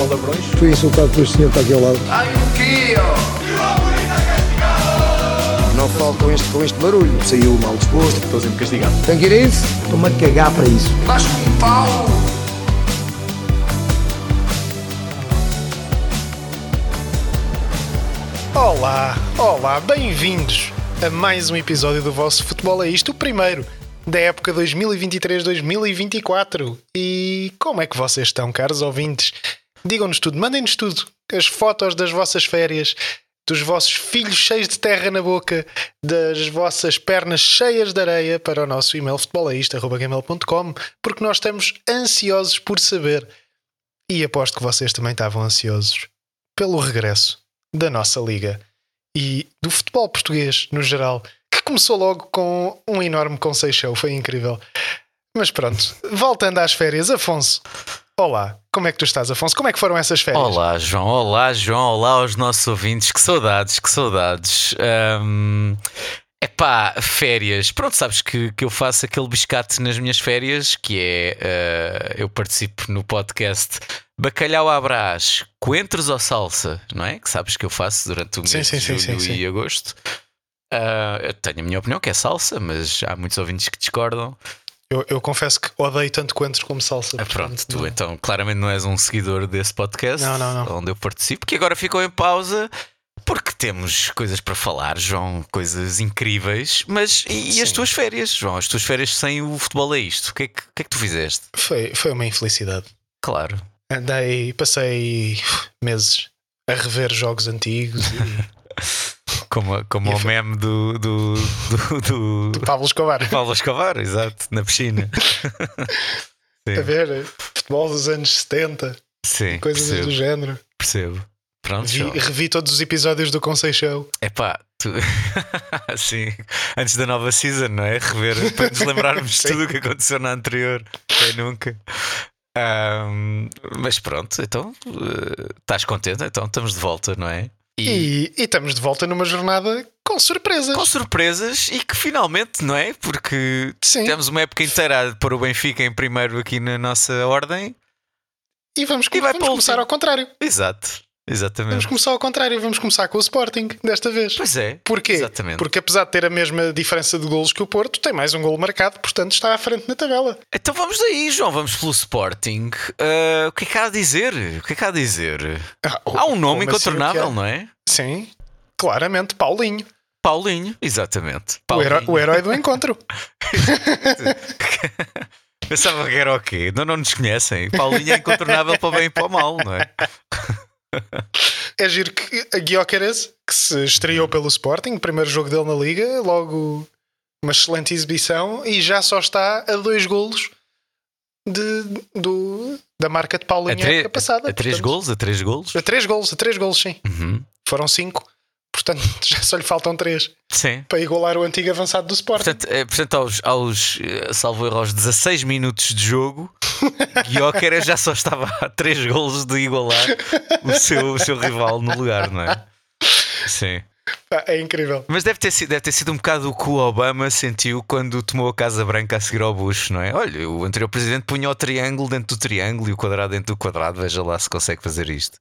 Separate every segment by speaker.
Speaker 1: anos.
Speaker 2: Fui insultado por este senhor que está aqui ao lado.
Speaker 1: Ai, o quê, ó?
Speaker 2: Ah, Não falo com este, com este barulho. Saiu mal disposto.
Speaker 3: Estou sempre castigado.
Speaker 2: Tem que ir a isso? Estou-me a cagar para isso.
Speaker 1: Mas com pau?
Speaker 4: Olá, olá, bem-vindos a mais um episódio do vosso Futebol é Isto, o primeiro da época 2023-2024. E como é que vocês estão, caros ouvintes? Digam-nos tudo, mandem-nos tudo, as fotos das vossas férias, dos vossos filhos cheios de terra na boca, das vossas pernas cheias de areia para o nosso e-mail futebolaísta.gmail.com, porque nós estamos ansiosos por saber. E aposto que vocês também estavam ansiosos pelo regresso da nossa liga e do futebol português no geral, que começou logo com um enorme Conceição, foi incrível. Mas pronto, voltando às férias, Afonso, olá, como é que tu estás, Afonso? Como é que foram essas férias?
Speaker 5: Olá, João. Olá, João. Olá aos nossos ouvintes. Que saudades, que saudades. Ahm, epá, férias. Pronto, sabes que, que eu faço aquele biscate nas minhas férias, que é. ah, eu participo no podcast Bacalhau à Brás, Coentros ou Salsa, não é? Que sabes que eu faço durante o mês
Speaker 4: Sim, sim,
Speaker 5: de
Speaker 4: sim,
Speaker 5: julho
Speaker 4: sim, sim.
Speaker 5: e agosto. Ah, eu tenho a minha opinião que é salsa, mas há muitos ouvintes que discordam.
Speaker 4: Eu, eu confesso que odeio tanto coentros como salsa.
Speaker 5: Ah,
Speaker 4: portanto,
Speaker 5: pronto, tu
Speaker 4: não. é.
Speaker 5: então claramente não és um seguidor desse podcast
Speaker 4: Não, não, não.
Speaker 5: onde eu participo, que agora ficou em pausa porque temos coisas para falar, João, coisas incríveis. Mas e, e as
Speaker 4: Sim.
Speaker 5: tuas férias, João? As tuas férias sem o futebol é isto? O que é que, o que é que tu fizeste?
Speaker 4: Foi, foi uma infelicidade.
Speaker 5: Claro,
Speaker 4: Andei, passei meses a rever jogos antigos e
Speaker 5: como, como
Speaker 4: E a
Speaker 5: o
Speaker 4: fa-
Speaker 5: meme do, do, do, do-
Speaker 4: do Pablo Escobar.
Speaker 5: Paulo Escobar, exato, na piscina.
Speaker 4: A ver é futebol dos anos 70,
Speaker 5: Sim,
Speaker 4: coisas do
Speaker 5: percebo,
Speaker 4: género.
Speaker 5: percebo. Pronto,
Speaker 4: Vi-
Speaker 5: João.
Speaker 4: revi todos os episódios do Conceição.
Speaker 5: Epá, tu... Sim, antes da nova season, não é? Rever para nos lembrarmos de
Speaker 4: Sim.
Speaker 5: tudo o que aconteceu na anterior. Quem nunca? Ahm, mas pronto, então eh, estás contente? Então estamos de volta, não é? E,
Speaker 4: E, e estamos de volta numa jornada com surpresas.
Speaker 5: com surpresas e que finalmente, não é? Porque
Speaker 4: Sim,
Speaker 5: temos uma época inteira para o Benfica em primeiro aqui na nossa ordem.
Speaker 4: e vamos,
Speaker 5: e vai
Speaker 4: vamos
Speaker 5: para o
Speaker 4: começar
Speaker 5: último.
Speaker 4: ao contrário.
Speaker 5: Exato,
Speaker 4: Vamos
Speaker 5: exatamente.
Speaker 4: começar ao contrário, vamos começar com o Sporting desta vez.
Speaker 5: Pois é,
Speaker 4: Porquê?
Speaker 5: exatamente.
Speaker 4: Porque apesar de ter a mesma diferença de golos que o Porto, tem mais um golo marcado, portanto está à frente na tabela.
Speaker 5: Então vamos daí, João, vamos pelo Sporting. Ah, o que é que há a dizer? O que é que há a dizer? Há um nome
Speaker 4: Como assim, o que
Speaker 5: incontornável,
Speaker 4: é?
Speaker 5: não é?
Speaker 4: Sim, claramente, Paulinho,
Speaker 5: Paulinho, exatamente.
Speaker 4: O,
Speaker 5: Paulinho.
Speaker 4: herói, o herói do encontro.
Speaker 5: Pensava que era o quê? Não, não nos conhecem. Paulinho é incontornável para o bem e para o mal, não é?
Speaker 4: É giro que a Guiocares, que se estreou pelo Sporting, primeiro jogo dele na Liga, logo uma excelente exibição e já só está a dois golos de, do, da marca de Paulinho
Speaker 5: três-
Speaker 4: época passada.
Speaker 5: a três
Speaker 4: portanto.
Speaker 5: golos, a três golos.
Speaker 4: A três golos, a três golos, sim.
Speaker 5: Uhum.
Speaker 4: Foram cinco, portanto já só lhe faltam três
Speaker 5: Sim.
Speaker 4: para igualar o antigo avançado do Sporting.
Speaker 5: Portanto, é, portanto aos, aos, eh, salvo erro, aos 16 minutos de jogo, Guioquera já só estava a três golos de igualar o seu, o seu rival no lugar, não é? Sim.
Speaker 4: Pá, é incrível.
Speaker 5: Mas deve ter, sido, deve ter sido um bocado o que o Obama sentiu quando tomou a Casa Branca a seguir ao Bush, não é? Olha, o anterior presidente punha o triângulo dentro do triângulo e o quadrado dentro do quadrado, veja lá se consegue fazer isto.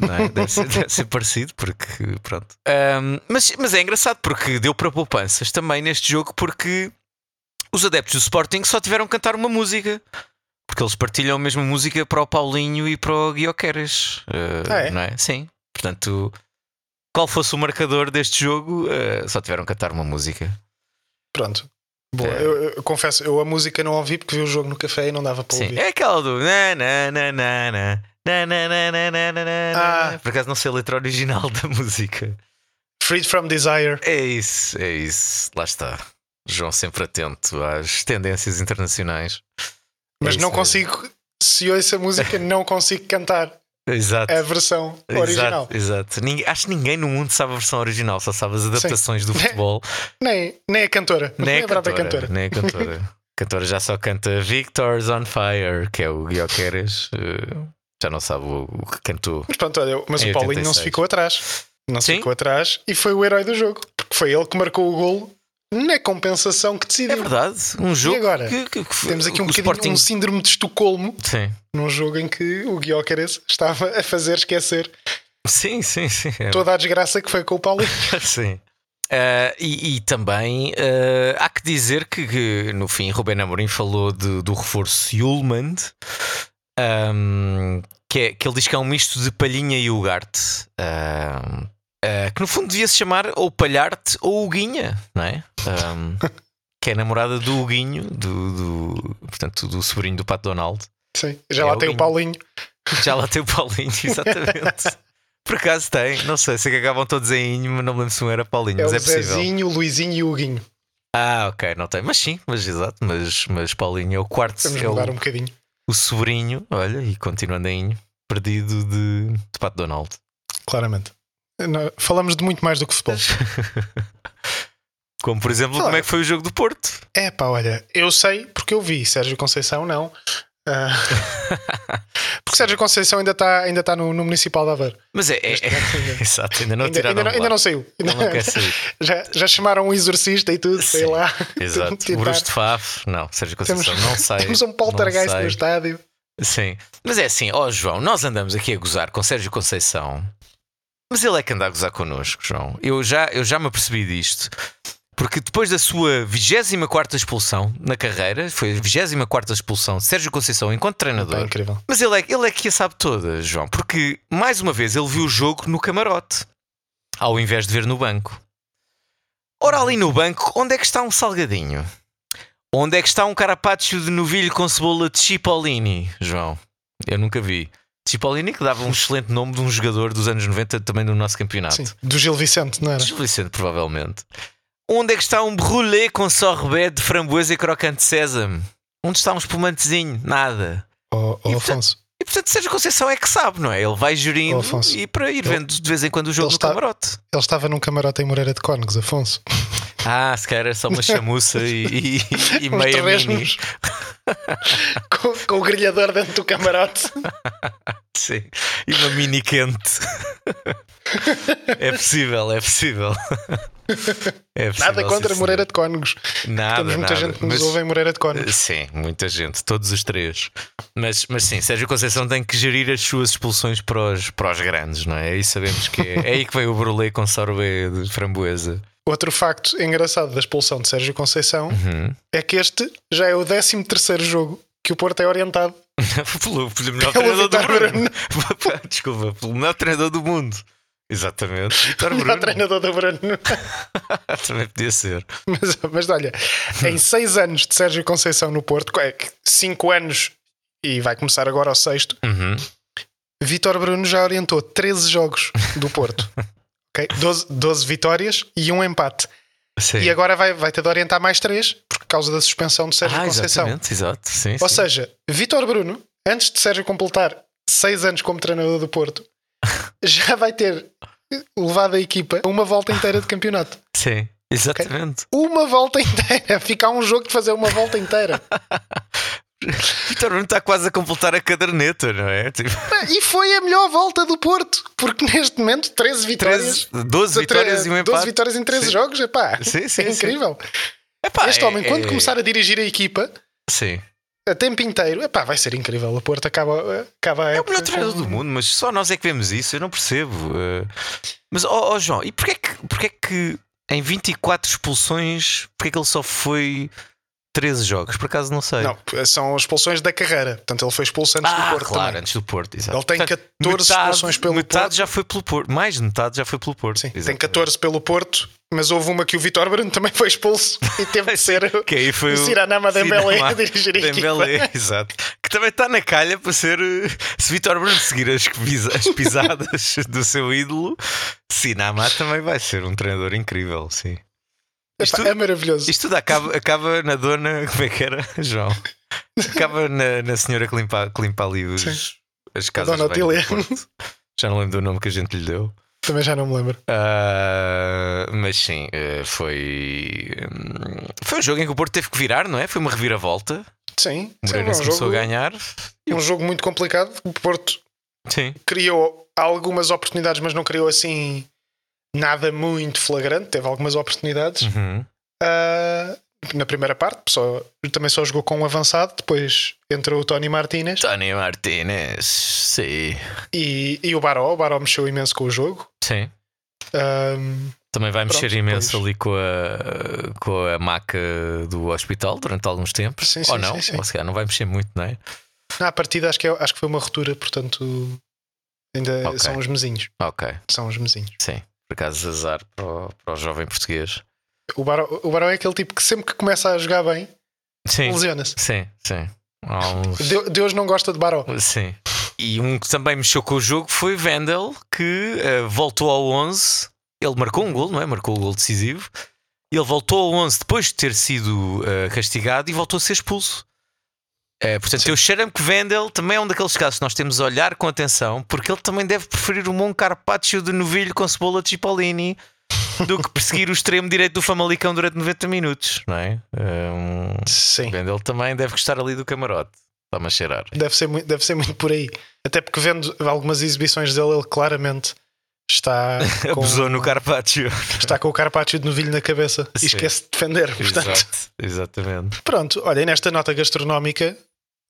Speaker 5: Não é? deve, ser, deve ser parecido, porque pronto. Ahm, mas, mas é engraçado porque deu para poupanças também neste jogo, porque os adeptos do Sporting só tiveram que cantar uma música. Porque eles partilham a mesma música para o Paulinho e para o Guioqueres. eh,
Speaker 4: Ah, é?
Speaker 5: Não é? Sim. Portanto, qual fosse o marcador deste jogo, eh, só tiveram que cantar uma música.
Speaker 4: Pronto. Boa.
Speaker 5: É.
Speaker 4: Eu, eu confesso, eu a música não ouvi porque vi o jogo no café e não dava para
Speaker 5: Sim.
Speaker 4: ouvir.
Speaker 5: É aquela do. Na, na, na, na, na. Na, na, na, na, na, na, na, na.
Speaker 4: Ah.
Speaker 5: Por acaso não sei a letra original da música.
Speaker 4: Freed from Desire.
Speaker 5: É isso, é isso. Lá está. João sempre atento às tendências internacionais. É
Speaker 4: Mas
Speaker 5: isso
Speaker 4: não
Speaker 5: mesmo.
Speaker 4: consigo, se ouço a música, não consigo cantar
Speaker 5: Exato.
Speaker 4: a versão É original.
Speaker 5: Exato, exato. Ninguém- acho que ninguém no mundo sabe a versão original, só sabe as adaptações do futebol.
Speaker 4: Nem, nem a cantora.
Speaker 5: Nem a
Speaker 4: própria
Speaker 5: cantora. Nem a cantora. A cantora já só canta Victor's on Fire, que é o Guioqueras. eh, Já não sabe o, o que cantou.
Speaker 4: Mas pronto, olha, mas
Speaker 5: Em
Speaker 4: o Paulinho não se
Speaker 5: 86.
Speaker 4: ficou atrás. Não se
Speaker 5: Sim.
Speaker 4: ficou atrás e foi o herói do jogo. Porque foi ele que marcou o golo na compensação que
Speaker 5: É
Speaker 4: decidiu.
Speaker 5: verdade. Um jogo
Speaker 4: agora?
Speaker 5: que, que- que-
Speaker 4: Temos aqui um
Speaker 5: o
Speaker 4: bocadinho
Speaker 5: Sporting...
Speaker 4: um síndrome de Estocolmo
Speaker 5: Sim.
Speaker 4: num jogo em que o Guiocares estava a fazer esquecer
Speaker 5: Sim, sim, sim. é
Speaker 4: toda a desgraça que foi com o Paulinho.
Speaker 5: Sim. Ah, e, e também ah, há que dizer que, que, no fim Rubén Amorim falou de- do reforço Yulmand, ahm, que, é- que ele diz que é um misto de palhinha e Ugarte, ahm, ah, que no fundo devia-se chamar ou Palharte ou Huguinha, não é? Ahm, que é a namorada do Huguinho, do, do- portanto, do sobrinho do Pato Donald.
Speaker 4: Sim, já
Speaker 5: É
Speaker 4: lá
Speaker 5: o
Speaker 4: tem o
Speaker 5: Guinho.
Speaker 4: Paulinho.
Speaker 5: Já lá tem o Paulinho, exatamente. Por acaso tem, não sei, sei que acabam todos em Inho, mas não me lembro se um era Paulinho,
Speaker 4: É o
Speaker 5: mas é possível.
Speaker 4: Zezinho, o Luizinho e o Huguinho.
Speaker 5: Ah, ok, não tem. Mas sim, mas exato, mas, mas Paulinho é o quarto,
Speaker 4: Vamos
Speaker 5: é
Speaker 4: mudar
Speaker 5: o,
Speaker 4: um bocadinho.
Speaker 5: o sobrinho, olha, e continuando em perdido de, de Pato Donald.
Speaker 4: Claramente. Não, falamos de muito mais do que futebol.
Speaker 5: Como por exemplo,
Speaker 4: Claro.
Speaker 5: como é que foi o jogo do Porto?
Speaker 4: É pá, olha, eu sei porque eu vi, Sérgio Conceição não. Ah. porque Sérgio Conceição ainda está ainda tá no, no Municipal de Aveiro.
Speaker 5: Mas é, é- exato, ainda não
Speaker 4: Ainda,
Speaker 5: tiraram
Speaker 4: ainda não,
Speaker 5: de
Speaker 4: ainda
Speaker 5: lá.
Speaker 4: não saiu.
Speaker 5: Ele não quer sair.
Speaker 4: já, já chamaram um exorcista e tudo, sei
Speaker 5: Sim.
Speaker 4: lá.
Speaker 5: Exato. O
Speaker 4: Tentar.
Speaker 5: Bruce de Faf, não, Sérgio Conceição,
Speaker 4: Temos-
Speaker 5: não sai.
Speaker 4: Temos um
Speaker 5: não
Speaker 4: poltergeist
Speaker 5: sai.
Speaker 4: no estádio.
Speaker 5: Sim. Mas é assim, ó João, nós andamos aqui a gozar com Sérgio Conceição, mas ele é que anda a gozar connosco, João. Eu já, eu já me apercebi disto. Porque depois da sua 24 expulsão na carreira, foi a 24 expulsão de Sérgio Conceição enquanto
Speaker 4: Pá,
Speaker 5: treinador.
Speaker 4: incrível.
Speaker 5: Mas ele é, ele é que a sabe toda, João, porque mais uma vez ele viu o jogo no camarote, ao invés de ver no banco. Ora, ali no banco, onde é que está um salgadinho? Onde é que está um carapaccio de novilho com cebola de Cipollini, João? Eu nunca vi. Cipollini que dava um excelente nome de um jogador dos anos 90 também do nosso campeonato.
Speaker 4: Sim, do Gil Vicente, não era?
Speaker 5: Gil Vicente, provavelmente. Onde é que está um brulé com sorbet de framboesa e crocante de sésamo? Onde está um espumantezinho? Nada.
Speaker 4: Ó ó,
Speaker 5: E,
Speaker 4: Oh, Afonso.
Speaker 5: E portanto, Sérgio Conceição é que sabe, não é? Ele vai gerindo
Speaker 4: Oh, Afonso,
Speaker 5: e para ir
Speaker 4: ele-
Speaker 5: vendo de vez em quando o jogo
Speaker 4: ele
Speaker 5: no
Speaker 4: está-
Speaker 5: camarote.
Speaker 4: Ele estava num camarote em Moreira de Cónegos, Afonso.
Speaker 5: Ah, se calhar é só uma chamuça e, e, e
Speaker 4: Uns
Speaker 5: meia mini.
Speaker 4: torresmos. com, com o grelhador dentro do camarote.
Speaker 5: Sim. E uma mini quente. é possível, é possível. É possível,
Speaker 4: Nada contra
Speaker 5: sim,
Speaker 4: Moreira de Cónegos.
Speaker 5: senhor. Nada,
Speaker 4: Temos muita
Speaker 5: nada.
Speaker 4: gente que nos
Speaker 5: Mas- eh,
Speaker 4: ouve em Moreira de Cónegos.
Speaker 5: Sim, muita gente, todos os três. Mas, mas sim, Sérgio Conceição tem que gerir as suas expulsões para os, para os grandes, não é? Aí sabemos que é, é aí que vem o brulé com sorbet de framboesa.
Speaker 4: Outro facto engraçado da expulsão de Sérgio Conceição
Speaker 5: Uhum.
Speaker 4: é que este já é o 13 terceiro jogo que o Porto é orientado.
Speaker 5: pelo, pelo melhor
Speaker 4: Pelo
Speaker 5: treinador do
Speaker 4: Vítor
Speaker 5: Bruno. Desculpa, pelo melhor treinador do mundo. Exatamente. Vitor
Speaker 4: Não
Speaker 5: Bruno.
Speaker 4: há treinador do Bruno.
Speaker 5: Também podia ser.
Speaker 4: Mas, mas olha, em seis anos de Sérgio Conceição no Porto, é que cinco anos e vai começar agora o sexto,
Speaker 5: Uhum.
Speaker 4: Vítor Bruno já orientou 13 jogos do Porto. ok 12, 12 vitórias e um empate.
Speaker 5: Sim.
Speaker 4: E agora vai, vai ter de orientar mais três por causa da suspensão de Sérgio
Speaker 5: ah,
Speaker 4: Conceição.
Speaker 5: exatamente, exato. Sim,
Speaker 4: Ou
Speaker 5: sim.
Speaker 4: seja, Vítor Bruno, antes de Sérgio completar 6 anos como treinador do Porto, já vai ter levado a equipa a uma volta inteira de campeonato.
Speaker 5: Sim, exatamente.
Speaker 4: Uma volta inteira! Fica um jogo de fazer uma volta inteira.
Speaker 5: Vitor Bruno está quase a completar a caderneta, não é? Tipo,
Speaker 4: E foi a melhor volta do Porto, porque neste momento 13 vitórias.
Speaker 5: 13, 12 vitórias e um
Speaker 4: 12
Speaker 5: empate.
Speaker 4: vitórias em 13
Speaker 5: Sim.
Speaker 4: jogos, epá,
Speaker 5: Sim, sim,
Speaker 4: é
Speaker 5: sim.
Speaker 4: incrível.
Speaker 5: Epá,
Speaker 4: este
Speaker 5: é-
Speaker 4: homem, quando
Speaker 5: é-
Speaker 4: começar a dirigir a equipa,
Speaker 5: Sim.
Speaker 4: a tempo inteiro, epá, vai ser incrível. O Porto acaba, acaba a
Speaker 5: É o
Speaker 4: época
Speaker 5: melhor treinador
Speaker 4: com-
Speaker 5: do mundo, mas só nós é que vemos isso, eu não percebo. Eh, Mas, ó ó, João, e porquê é que, porquê é que em 24 expulsões, porquê é que ele só foi 13 jogos? Por acaso não sei.
Speaker 4: Não, são expulsões da carreira. Portanto, ele foi expulso antes
Speaker 5: Ah,
Speaker 4: do Porto.
Speaker 5: claro,
Speaker 4: também.
Speaker 5: antes do Porto, exato.
Speaker 4: Ele tem 14 expulsões pelo
Speaker 5: metade
Speaker 4: Porto.
Speaker 5: já foi pelo Porto, mais de metade já foi pelo Porto.
Speaker 4: Sim, tem
Speaker 5: exatamente.
Speaker 4: 14 pelo Porto, mas houve uma que o Vitor Bruno também foi expulso e teve de ser.
Speaker 5: Que aí foi
Speaker 4: o
Speaker 5: o
Speaker 4: Ciranama Dembélé
Speaker 5: Ciranama
Speaker 4: a dirigir a equipa.
Speaker 5: Dembélé, exato. Que também está na calha para ser. eh, Se Vitor Bruno seguir as, pisa- as pisadas do seu ídolo, Sinama também vai ser um treinador incrível, sim.
Speaker 4: Epá,
Speaker 5: Isto-
Speaker 4: é maravilhoso.
Speaker 5: Isto tudo acaba, acaba na dona. Como é que era, João? Acaba na, na senhora que limpa, que limpa ali os, as casas.
Speaker 4: Dona
Speaker 5: de banho do
Speaker 4: Otília.
Speaker 5: Porto. Já não lembro do nome que a gente lhe deu.
Speaker 4: Também já não me lembro.
Speaker 5: Ah, mas sim, eh, foi. hum, Foi um jogo em que o Porto teve que virar, não é? Foi uma reviravolta.
Speaker 4: Sim,
Speaker 5: O
Speaker 4: sim,
Speaker 5: Moreirense
Speaker 4: um
Speaker 5: começou
Speaker 4: jogo,
Speaker 5: a ganhar.
Speaker 4: um jogo muito complicado. O Porto
Speaker 5: Sim.
Speaker 4: criou algumas oportunidades, mas não criou assim nada muito flagrante. Teve algumas oportunidades.
Speaker 5: Uhum.
Speaker 4: Ah, na primeira parte, só, também só jogou com um avançado, depois entrou o Tony Martinez
Speaker 5: Tony Martinez, sim.
Speaker 4: e, e o Baró. O Baró mexeu imenso com o jogo.
Speaker 5: Sim.
Speaker 4: Ah,
Speaker 5: Também vai
Speaker 4: Pronto,
Speaker 5: mexer imenso
Speaker 4: pois.
Speaker 5: ali com a, com a maca do hospital durante alguns tempos.
Speaker 4: Sim,
Speaker 5: Ou
Speaker 4: sim,
Speaker 5: não,
Speaker 4: sim, sim.
Speaker 5: ou se calhar não vai mexer muito, não é?
Speaker 4: na partida acho que, é- acho que foi uma ruptura, portanto ainda
Speaker 5: Ok.
Speaker 4: são os mesinhos.
Speaker 5: Ok,
Speaker 4: São os mesinhos.
Speaker 5: sim. Por acaso, azar para o, para o jovem português.
Speaker 4: O Baró, o Baró é aquele tipo que sempre que começa a jogar bem,
Speaker 5: Sim,
Speaker 4: lesiona-se.
Speaker 5: sim, sim. Há uns-
Speaker 4: Deu- Deus não gosta de Baró.
Speaker 5: Sim. E um que também mexeu com o jogo foi Vendel, que eh, voltou ao 11. Ele marcou um gol, não é? Marcou o gol decisivo. Ele voltou ao 11 depois de ter sido eh, castigado e voltou a ser expulso. Eh, portanto, eu cheiro-me que Vendel também é um daqueles casos que nós temos a olhar com atenção, porque ele também deve preferir um bom carpaccio de novilho com cebola de Cipollini do que perseguir o extremo direito do Famalicão durante 90 minutos, não é? Eh, um-
Speaker 4: Sim.
Speaker 5: Vendel também deve gostar ali do camarote. Está-me a cheirar.
Speaker 4: Deve ser, muito, deve ser muito por aí. Até porque vendo algumas exibições dele, ele claramente está com,
Speaker 5: Abusou no Carpaccio.
Speaker 4: está com o Carpaccio de novilho na cabeça e
Speaker 5: Sim.
Speaker 4: esquece de defender. Portanto,
Speaker 5: Exato, exatamente.
Speaker 4: pronto. Olha, e nesta nota gastronómica,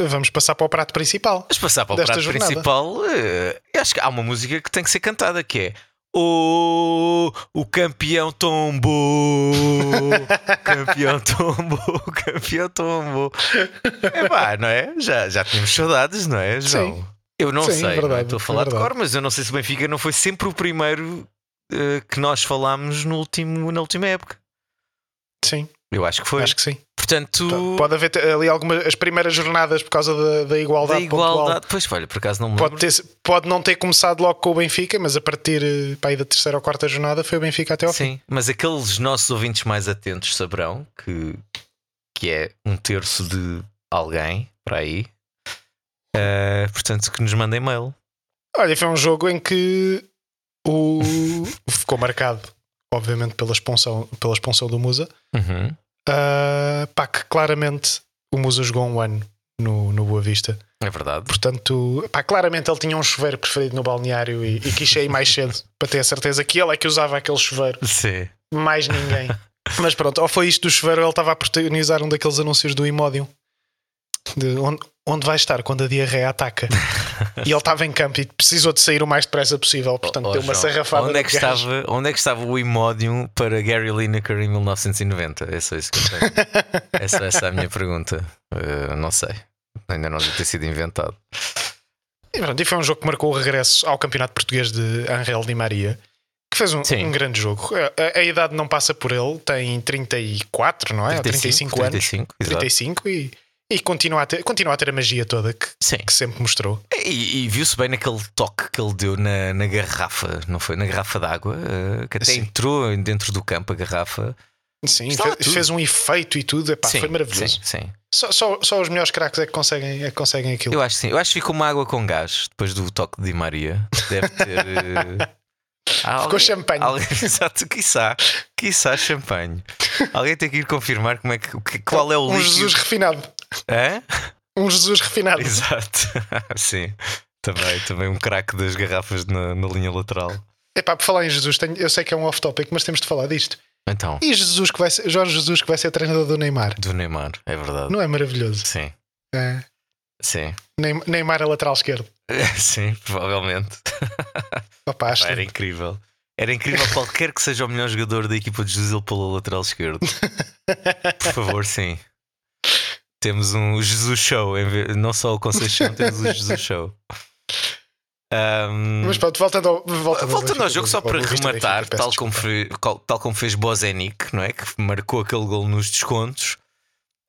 Speaker 4: vamos passar para o prato principal.
Speaker 5: Mas passar para o
Speaker 4: Desta
Speaker 5: prato
Speaker 4: jornada.
Speaker 5: principal, eh, eu acho que há uma música que tem que ser cantada que é Oh, o campeão tombou, campeão tombou, campeão tombou. Epá, não é? Já, já tínhamos saudades, não é, João? Eu não
Speaker 4: Sim,
Speaker 5: sei, não é?
Speaker 4: verdade,
Speaker 5: estou a falar de
Speaker 4: verdade.
Speaker 5: cor, mas eu não sei se o Benfica não foi sempre o primeiro eh, que nós falámos no último, na última época.
Speaker 4: Sim,
Speaker 5: Eu acho que foi.
Speaker 4: acho que sim.
Speaker 5: Portanto,
Speaker 4: Então, Pode haver te- ali algumas as primeiras jornadas por causa da, da
Speaker 5: da
Speaker 4: igualdade. pontual.
Speaker 5: igualdade. Pois, olha, por acaso não me lembro.
Speaker 4: Pode, ter- pode não ter começado logo com o Benfica, mas a partir eh, pá, aí da terceira ou quarta jornada foi o Benfica até ao fim.
Speaker 5: Sim, mas aqueles nossos ouvintes mais atentos saberão que, que é um terço de alguém para aí. Eh, portanto, que nos mandem mail.
Speaker 4: Olha, foi um jogo em que o ficou marcado, obviamente, pela expulsão, pela expulsão do Musa.
Speaker 5: Uhum.
Speaker 4: Ah, pá, que claramente o Musa jogou um ano no, no Boa Vista.
Speaker 5: É verdade.
Speaker 4: Portanto, pá, claramente ele tinha um chuveiro preferido no balneário e, e quis sair mais cedo para ter a certeza que ele é que usava aquele chuveiro,
Speaker 5: Sim.
Speaker 4: mais ninguém. Mas pronto, ou foi isto do chuveiro, ou ele estava a protagonizar um daqueles anúncios do Imodium de onde, onde vai estar quando a diarreia ataca. E ele estava em campo e precisou de sair o mais depressa possível, portanto,
Speaker 5: Oh,
Speaker 4: deu uma
Speaker 5: João,
Speaker 4: sarrafada.
Speaker 5: Onde é, que
Speaker 4: no gajo.
Speaker 5: estava, onde é que estava o Imodium para Gary Lineker em 1990? É só isso que eu tenho. é só essa a minha pergunta. Eh, não sei. Ainda não deve ter sido inventado.
Speaker 4: E, pronto, e foi um jogo que marcou o regresso ao Campeonato Português de Angel Di Maria, que fez um,
Speaker 5: Sim.
Speaker 4: um grande jogo. A, a- a idade não passa por ele, tem 34, não é? Ou 35, anos.
Speaker 5: 35, exato.
Speaker 4: 35 e, e continua, a ter, continua a ter a magia toda que,
Speaker 5: Sim.
Speaker 4: que sempre mostrou.
Speaker 5: E, e viu-se bem naquele toque que ele deu na, na garrafa, não foi? Na garrafa d'água, eh, que até
Speaker 4: Sim.
Speaker 5: entrou dentro do campo a garrafa.
Speaker 4: Sim, fe-
Speaker 5: Estava
Speaker 4: fez,
Speaker 5: tudo.
Speaker 4: um efeito e tudo. Epá,
Speaker 5: sim,
Speaker 4: foi maravilhoso.
Speaker 5: Sim, sim.
Speaker 4: Só, só, só os melhores craques é que conseguem, é que conseguem aquilo.
Speaker 5: Eu acho que sim. Eu acho que ficou uma água com gás depois do toque de Di Maria. Deve ter. eh, há
Speaker 4: Ficou
Speaker 5: alguém-
Speaker 4: champanhe.
Speaker 5: alguém- exato, quiçá, quiçá champanhe. Alguém tem que ir confirmar como é que, que- qual é o
Speaker 4: um
Speaker 5: líquido.
Speaker 4: Jesus refinado.
Speaker 5: Hã?
Speaker 4: Um Jesus refinado.
Speaker 5: Exato, sim. Também, também um craque das garrafas na, na linha lateral.
Speaker 4: Epá, por falar em Jesus, tenho- eu sei que é um off-topic, mas temos de falar disto.
Speaker 5: Então,
Speaker 4: E Jesus que vai ser, Jorge Jesus que vai ser treinador do Neymar.
Speaker 5: do Neymar, é verdade.
Speaker 4: Não é maravilhoso?
Speaker 5: Sim,
Speaker 4: É.
Speaker 5: sim.
Speaker 4: Neym- Neymar a lateral esquerdo.
Speaker 5: Sim, provavelmente.
Speaker 4: Opa, acho
Speaker 5: Era incrível. Era incrível qualquer que seja o melhor jogador da equipa de Jesus pela lateral esquerda. Por favor, sim. Temos um Jesus Show, em vez- não só o Conceição, temos o Jesus Show. Ahm,
Speaker 4: Mas pronto, voltando ao, voltando
Speaker 5: Voltando ao jogo, só para rematar, tal
Speaker 4: como
Speaker 5: como, fe- tal- tal como fez Bozenic, não é? Que marcou aquele gol nos descontos.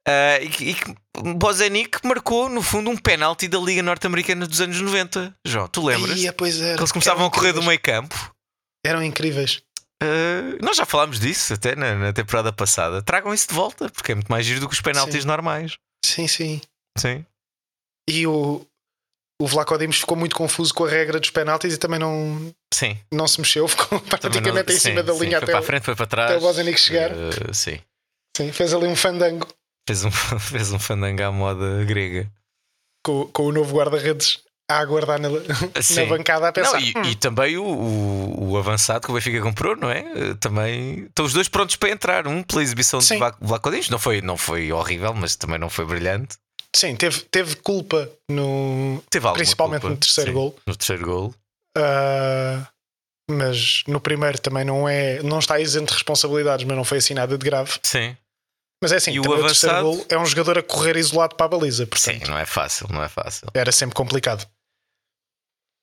Speaker 5: Ah, e, que- e que Bozenic marcou, no fundo, um penalti da Liga Norte-Americana dos anos 90. João, tu lembras?
Speaker 4: Ia, pois era,
Speaker 5: Que eles começavam
Speaker 4: eram
Speaker 5: a correr do
Speaker 4: incríveis.
Speaker 5: meio campo.
Speaker 4: Eram incríveis. Ah.
Speaker 5: Uh, nós já falámos disso até na, na temporada passada. Tragam isso de volta, porque é muito mais giro do que os penaltis normais.
Speaker 4: Sim, sim.
Speaker 5: Sim.
Speaker 4: E o, o Vlaco Dimos ficou muito confuso com a regra dos penaltis e também não,
Speaker 5: Sim.
Speaker 4: não se mexeu. Ficou
Speaker 5: Também
Speaker 4: praticamente
Speaker 5: não-
Speaker 4: em
Speaker 5: sim,
Speaker 4: cima da
Speaker 5: sim.
Speaker 4: linha
Speaker 5: Foi
Speaker 4: até,
Speaker 5: para a
Speaker 4: o-
Speaker 5: frente, foi para trás.
Speaker 4: até o Bozenic chegar.
Speaker 5: Uh, sim.
Speaker 4: Sim, fez ali um fandango
Speaker 5: Fez um, fez um fandango à moda grega.
Speaker 4: com, com o novo guarda-redes a aguardar na, na
Speaker 5: Sim.
Speaker 4: bancada a pensar. "Hum."
Speaker 5: Não, e, e também o, o, o avançado que o Benfica comprou, não é? Eh, Também estão os dois prontos para entrar. Um pela exibição de
Speaker 4: Sim.
Speaker 5: Vlaco- Vlaco Dias. Não foi, não foi horrível, mas também não foi brilhante.
Speaker 4: Sim, teve, teve culpa no.
Speaker 5: Teve alguma
Speaker 4: Principalmente
Speaker 5: culpa,
Speaker 4: no terceiro
Speaker 5: sim,
Speaker 4: gol.
Speaker 5: No terceiro gol.
Speaker 4: ah, mas no primeiro também não é. Não está isento de responsabilidades, mas não foi assim nada de grave.
Speaker 5: Sim.
Speaker 4: Mas é assim,
Speaker 5: E o
Speaker 4: também o terceiro
Speaker 5: avançado?
Speaker 4: gol é um jogador a correr isolado para a baliza,
Speaker 5: Sim,
Speaker 4: portanto
Speaker 5: não é fácil, não é fácil.
Speaker 4: era sempre complicado.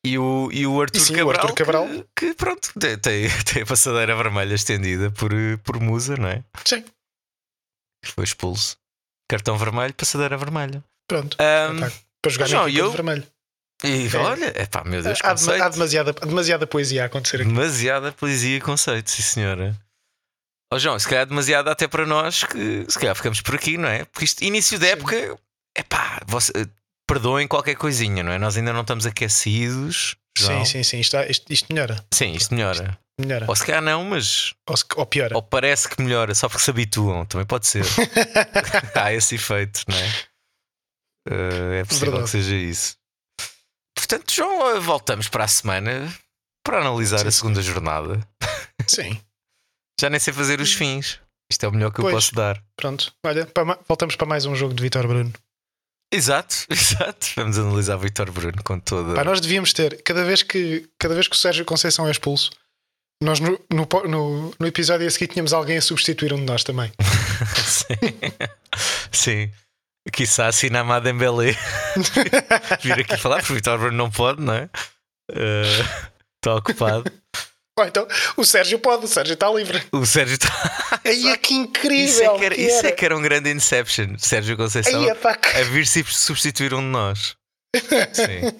Speaker 5: E o, e o Arthur
Speaker 4: E sim, o
Speaker 5: Cabral,
Speaker 4: Arthur Cabral.
Speaker 5: Que, que, pronto, tem, tem tem a passadeira vermelha estendida por, eh, por Musa, não é?
Speaker 4: Sim,
Speaker 5: Que foi expulso. Cartão vermelho, passadeira vermelha.
Speaker 4: pronto.
Speaker 5: Ahm,
Speaker 4: Tá, para jogar
Speaker 5: mas
Speaker 4: na
Speaker 5: não,
Speaker 4: equipa
Speaker 5: eu-
Speaker 4: de vermelho.
Speaker 5: e
Speaker 4: É.
Speaker 5: olha, epá, meu Deus,
Speaker 4: Há, de- há
Speaker 5: conceito.
Speaker 4: demasiada, há demasiada poesia a acontecer aqui.
Speaker 5: Demasiada poesia e conceito, sim senhora. Ó João, se calhar demasiada até para nós que se calhar ficamos por aqui, não é? Porque isto, início da
Speaker 4: Sim.
Speaker 5: época, epá, você, eh, perdoem qualquer coisinha, não é? Nós ainda não estamos aquecidos. João.
Speaker 4: Sim, sim, sim. Isto, há- isto- isto melhora.
Speaker 5: Sim, isto melhora.
Speaker 4: melhora.
Speaker 5: Ou se calhar não, mas.
Speaker 4: Ou, se- ou piora.
Speaker 5: Ou parece que melhora, só porque se habituam, também pode ser. Há esse efeito, não é? Eh, é possível
Speaker 4: Verdade.
Speaker 5: que seja isso. Portanto, João, eh, voltamos para a semana para analisar
Speaker 4: Sim,
Speaker 5: a segunda jornada.
Speaker 4: Sim,
Speaker 5: Já nem sei fazer os fins. Isto é o melhor que
Speaker 4: Hum. Pois.
Speaker 5: eu posso dar.
Speaker 4: pronto. Olha, para ma- voltamos para mais um jogo de Vitor Bruno.
Speaker 5: Exato, exato. Vamos analisar Vitor Bruno com toda.
Speaker 4: Pá, nós devíamos ter, cada vez que, cada vez que o Sérgio Conceição é expulso, nós no, no, po- no, no episódio a seguir tínhamos alguém a substituir um de nós também.
Speaker 5: Sim. Sim. Quiçá assinar Amada em Vir aqui falar, porque o Vitor Bruno não pode, não é? Eh, Está ocupado.
Speaker 4: Ou então, o Sérgio pode, o Sérgio está livre.
Speaker 5: O Sérgio está.
Speaker 4: Aí é que incrível!
Speaker 5: Isso é que era,
Speaker 4: que
Speaker 5: isso é
Speaker 4: era.
Speaker 5: que era um grande Inception. Sérgio Conceição
Speaker 4: Aí é pá, que,
Speaker 5: a vir se substituir um de nós. Sim.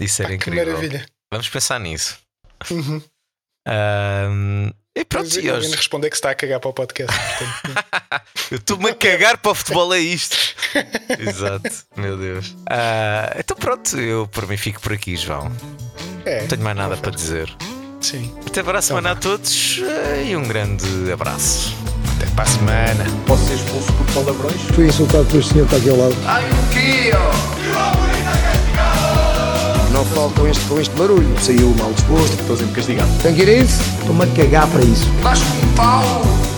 Speaker 5: Isso era
Speaker 4: pá, Ah, que
Speaker 5: incrível.
Speaker 4: maravilha.
Speaker 5: Vamos pensar nisso.
Speaker 4: Uhum.
Speaker 5: Ahm, e pronto,
Speaker 4: Mas é
Speaker 5: e
Speaker 4: Alguém
Speaker 5: hoje.
Speaker 4: responder que se está a cagar para o podcast. portanto.
Speaker 5: Eu estou-me a cagar para o futebol, é isto. Exato, meu Deus. Ah, então pronto, eu por mim fico por aqui, João. Não
Speaker 4: é,
Speaker 5: tenho mais nada para dizer.
Speaker 4: sim.
Speaker 5: Até para a semana a todos eh, e um grande abraço.
Speaker 4: Até para a semana.
Speaker 3: Posso ser expulso por palavrões?
Speaker 2: Fui insultado por este senhor que está aqui ao lado.
Speaker 1: Ai, o Pio!
Speaker 2: Não falo com este, com este barulho. Saiu mal disposto.
Speaker 3: Estou sempre castigado.
Speaker 2: Tem que ir a isso? Estou-me a cagar para isso.
Speaker 1: Vasco um pau!